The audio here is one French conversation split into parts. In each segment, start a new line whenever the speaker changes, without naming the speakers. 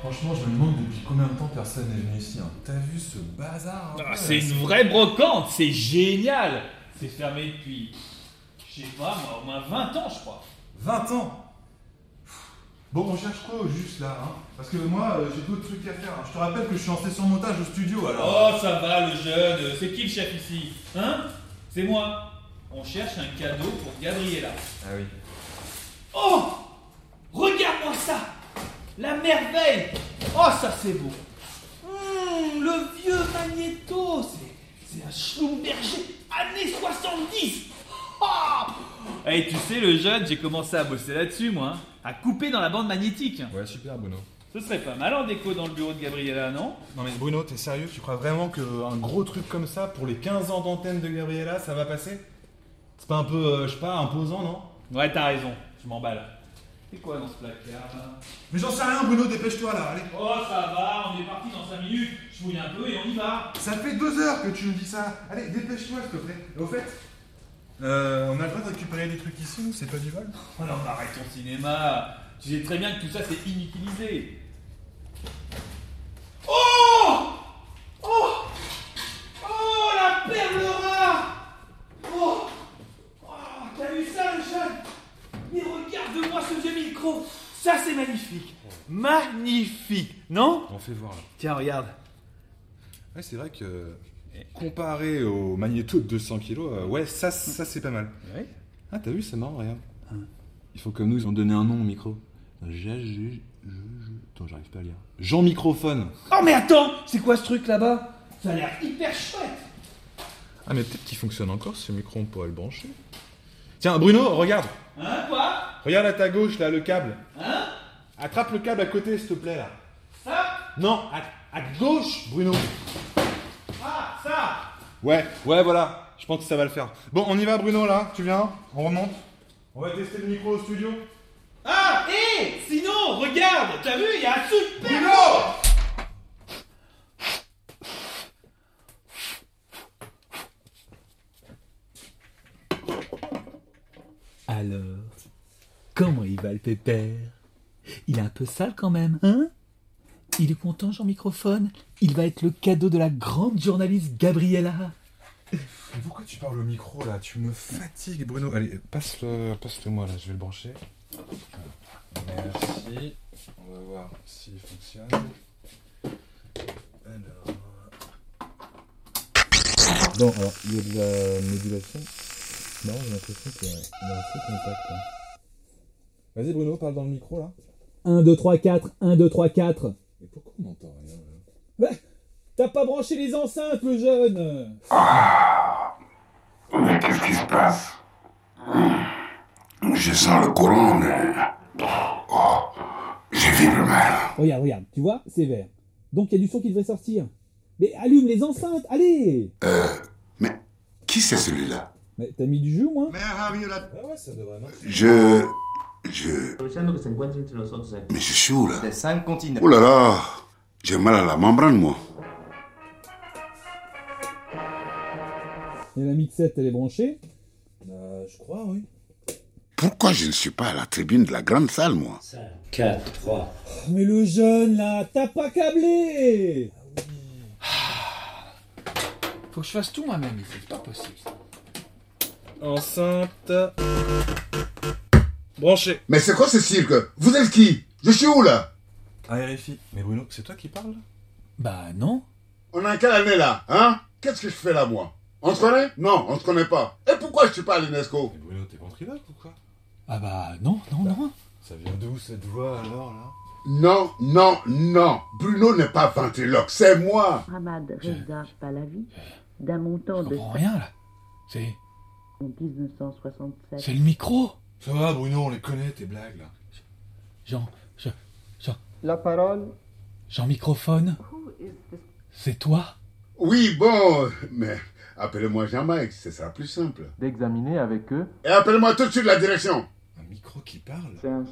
franchement, je me demande depuis combien de temps personne n'est venu ici. hein. T'as vu ce bazar hein. un
Ah,
peu,
c'est
là,
une vraie brocante, c'est génial C'est fermé depuis, je sais pas moi, au moins 20 ans je crois.
20 ans Bon, on cherche quoi au juste là hein Parce que moi, euh, j'ai d'autres trucs à faire. hein. Je te rappelle que je suis en session montage au studio alors.
Oh ça va le jeune, c'est qui le chef ici Hein C'est moi. On cherche un cadeau pour Gabriella.
Ah oui.
Oh Regarde-moi ça La merveille Oh, ça c'est beau Hum, Le vieux magnéto C'est c'est un Schlumberger années 70 Ah Et tu sais, le jeune, j'ai commencé à bosser là-dessus, moi, hein, à couper dans la bande magnétique.
Ouais, super Bruno.
Ce serait pas mal en déco dans le bureau de Gabriella, non
Non mais Bruno, t'es sérieux Tu crois vraiment qu'un gros truc comme ça, pour les 15 ans d'antenne de Gabriella, ça va passer C'est pas un peu, euh, je sais pas, imposant, non
Ouais, t'as raison, je m'emballe. C'est quoi dans ce placard là
Mais j'en sais rien Bruno, dépêche-toi là, allez
Oh, ça va, on est parti dans 5 minutes, je fouille un peu et on y va
Ça fait deux heures que tu me dis ça. Allez, dépêche-toi, s'il te plaît. Et au fait, euh, on a le droit de récupérer des trucs ici ou c'est pas du vol
Oh non, mais arrête ton cinéma Tu sais très bien que tout ça c'est inutilisé Oh Oh Oh la perle rare Oh, oh T'as vu ça le jeune Mais regarde-moi ce vieux micro Ça c'est magnifique Magnifique Non
On fait voir là.
Tiens regarde
Ouais, c'est vrai que
euh,
comparé au magnéto de 200 kg, ouais, ça, ça c'est pas mal.
Oui
Ah, t'as vu, c'est marrant, regarde.
Ah.
Hein.
Ils font comme nous, ils ont donné un nom au micro. J'ai- j'ai- je- je- Attends, j'arrive pas à lire. Jean Microphone.
Oh mais attends C'est quoi ce truc là-bas Ça a l'air hyper chouette
Ah, mais peut-être qu'il fonctionne encore ce micro, on pourrait le brancher. Tiens, Bruno, regarde
Hein quoi
Regarde à ta gauche là, le câble.
Hein
Attrape le câble à côté, s'il te plaît là.
Ça
Non, à, à gauche, Bruno
Ah ça
Ouais, ouais, voilà. Je pense que ça va le faire. Bon, on y va, Bruno là, tu viens On remonte On va tester le micro au studio
Ah, hé Sinon, regarde T'as vu, il y a un super... Alors, comment il va le pépère Il est un peu sale quand même, hein Il est content, Jean Microphone Il va être le cadeau de la grande journaliste Gabriella
Mais pourquoi tu parles au micro là Tu me fatigues, Bruno. Allez, passe-le passe moi là, je vais le brancher. Merci. On va voir s'il fonctionne. Alors.
Bon, alors, il y a de la modulation. Non, j'ai l'impression qu'il y a il y a un faux contact. hein.
Vas-y, Bruno, parle dans le micro là.
1, 2, 3, 4, 1, 2, 3, 4.
Mais pourquoi on n'entend rien là
T'as pas branché les enceintes, le jeune
Mais qu'est-ce qui se passe Je sens le courant, mais... Oh, j'ai vibre mal.
Regarde, regarde, tu vois, c'est vert. Donc il y a du son qui devrait sortir. Mais allume les enceintes, allez
Mais qui c'est celui-là
Mais t'as mis du jus, moi
Ah ouais, ça devrait marcher.
Je... Je... Mais je suis où, là
de cinq continents.
Oh là là J'ai mal à la membrane, moi.
Et la mixette, elle est branchée.
Euh, je crois, oui.
Pourquoi je ne suis pas à la tribune de la grande salle, moi
4, 3.
Mais le jeune, là, t'as pas câblé
Faut que je fasse tout moi-même ici, c'est pas possible.
Enceinte. Branché.
Mais c'est quoi ce cirque Vous êtes qui Je suis où, là
Ah, RFI. Mais Bruno, c'est toi qui parles
Bah non.
On est en quelle année, là Hein Qu'est-ce que je fais là, moi On se connaît Non, on se connaît pas. Et pourquoi je suis pas à l'UNESCO
Mais Bruno, t'es ventriloque ou quoi
Ah bah non, non, non.
Ça vient d'où cette voix alors là
Non, non, non. Bruno n'est pas ventriloque, c'est moi.
Ahmad Reza Pahlavi, d'un montant
Je
de
comprends rien là. C'est,
1967.
c'est le micro.
Ça va, Bruno, on les connaît, tes blagues là.
Jean, Jean,
La parole
Jean microphone,
Who is this
c'est toi
Oui, bon, mais appelez-moi Jean-Mike, ce sera plus simple.
d'examiner avec eux.
Et appelez-moi tout de suite la direction.
Un micro qui parle
C'est un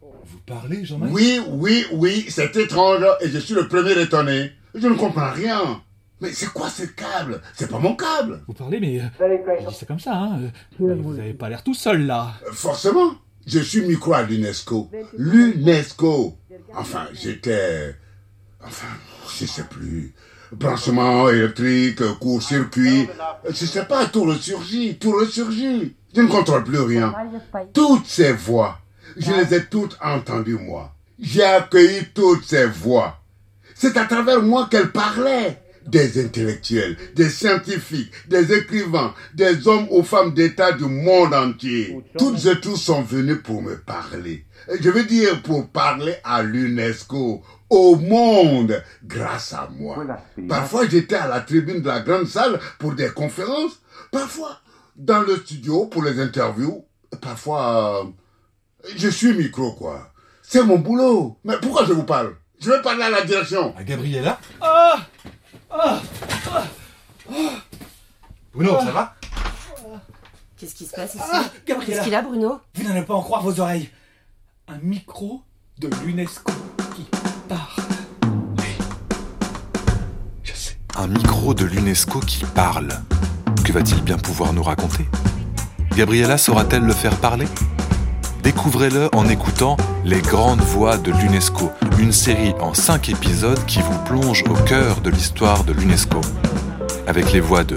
Vous parlez, Jean-Marc
Oui, oui, oui, c'est étrange et je suis le premier étonné. Je ne comprends rien. Mais c'est quoi ce câble C'est pas mon câble.
Vous parlez, mais euh, je dis ça comme ça, hein. euh, mais vous avez pas l'air tout seul là.
Forcément, je suis micro à l'UNESCO. L'UNESCO. Enfin, j'étais. Enfin, je sais plus. Branchement électrique, court-circuit. Je sais pas, tout ressurgit, tout ressurgit. Je ne contrôle plus rien. Toutes ces voix, je les ai toutes entendues, moi. J'ai accueilli toutes ces voix. C'est à travers moi qu'elles parlaient. Des intellectuels, des scientifiques, des écrivains, des hommes ou femmes d'État du monde entier. Toutes et tous sont venus pour me parler. Je veux dire pour parler à l'UNESCO, au monde, grâce à moi. Parfois, j'étais à la tribune de la grande salle pour des conférences. Parfois, dans le studio pour les interviews. Parfois, euh, je suis micro, quoi. C'est mon boulot. Mais pourquoi je vous parle Je vais parler à la direction.
À Gabriella Ah
Ah
Bruno, ça va
Qu'est-ce qui se passe ici
Ah Gabriella
Qu'est-ce qu'il a, Bruno
Vous n'allez pas en croire vos oreilles. Un micro de l'UNESCO qui parle.
Je sais. Un micro de l'UNESCO qui parle. Que va-t-il bien pouvoir nous raconter Gabriella saura-t-elle le faire parler Découvrez-le en écoutant Les Grandes Voix de l'UNESCO, une série en 5 épisodes qui vous plonge au cœur de l'histoire de l'UNESCO. Avec les voix de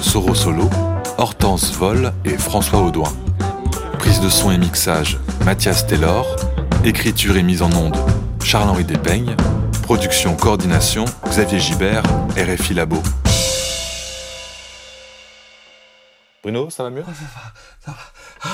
Soro Solo, Hortense Vol et François Audouin. Prise de son et mixage, Mathias Taylor. Écriture et mise en onde, Charles-Henri Despeignes. Production, coordination, Xavier Gibert, RFI Labo. Bruno, ça va mieux
Ça va, ça va. Ah,